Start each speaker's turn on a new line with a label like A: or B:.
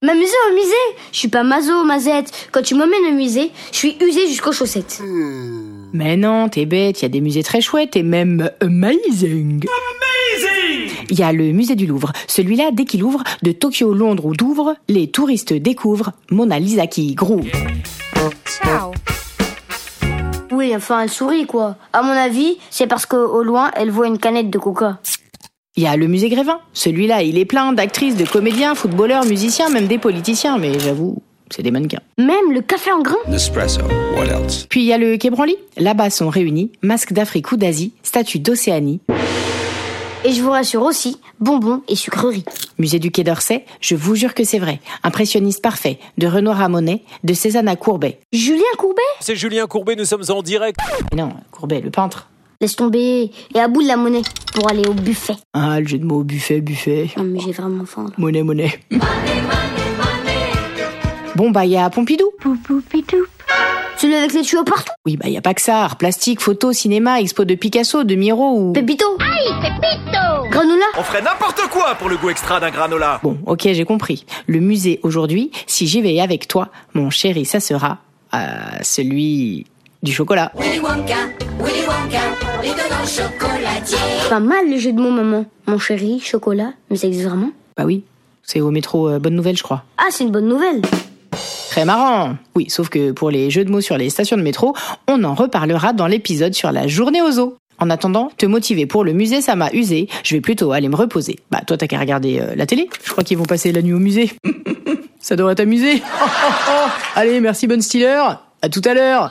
A: M'amuser au musée Je suis pas mazo, mazette. Quand tu m'emmènes au musée, je suis usée jusqu'aux chaussettes.
B: Mais non, t'es bête, il y a des musées très chouettes et même amazing. Il y a le musée du Louvre. Celui-là, dès qu'il ouvre, de Tokyo, Londres ou Douvres, les touristes découvrent Mona Lisa qui groove.
A: Mm. Oui, enfin, elle sourit, quoi. À mon avis, c'est parce qu'au loin, elle voit une canette de coca.
B: Il y a le musée Grévin. Celui-là, il est plein d'actrices, de comédiens, footballeurs, musiciens, même des politiciens, mais j'avoue, c'est des mannequins.
A: Même le café en grain
C: Nespresso. What else?
B: Puis il y a le Quai Branly. Là-bas sont réunis masques d'Afrique ou d'Asie, statues d'Océanie,
A: Et je vous rassure aussi, bonbons et sucreries.
B: Musée du Quai d'Orsay, je vous jure que c'est vrai. Impressionniste parfait, de Renoir à Monet, de Cézanne à Courbet.
A: Julien Courbet
D: C'est Julien Courbet, nous sommes en direct.
B: Mais non, Courbet, le peintre.
A: Laisse tomber et à bout de la monnaie pour aller au buffet.
B: Ah, le jeu de mots, buffet, buffet.
A: Non, mais j'ai vraiment faim, là.
B: Monnaie, monnaie. Bon, bah, il y a Pompidou.
A: Celui avec les tuyaux partout
B: Oui, bah, il y a pas que ça. Art plastique, photo, cinéma, expo de Picasso, de Miro ou.
A: Pépito Aïe, Pépito Granola
D: On ferait n'importe quoi pour le goût extra d'un granola.
B: Bon, ok, j'ai compris. Le musée aujourd'hui, si j'y vais avec toi, mon chéri, ça sera. euh, celui. du chocolat.
A: Pas mal le jeu de mots, maman. Mon chéri, chocolat, mais ça existe vraiment
B: Bah oui, c'est au métro euh, Bonne Nouvelle, je crois.
A: Ah, c'est une bonne nouvelle
B: Très marrant. Oui, sauf que pour les jeux de mots sur les stations de métro, on en reparlera dans l'épisode sur la journée aux eaux. En attendant, te motiver pour le musée, ça m'a usé. Je vais plutôt aller me reposer. Bah, toi, t'as qu'à regarder euh, la télé. Je crois qu'ils vont passer la nuit au musée. ça devrait t'amuser. Allez, merci, bonne Stiller. À tout à l'heure.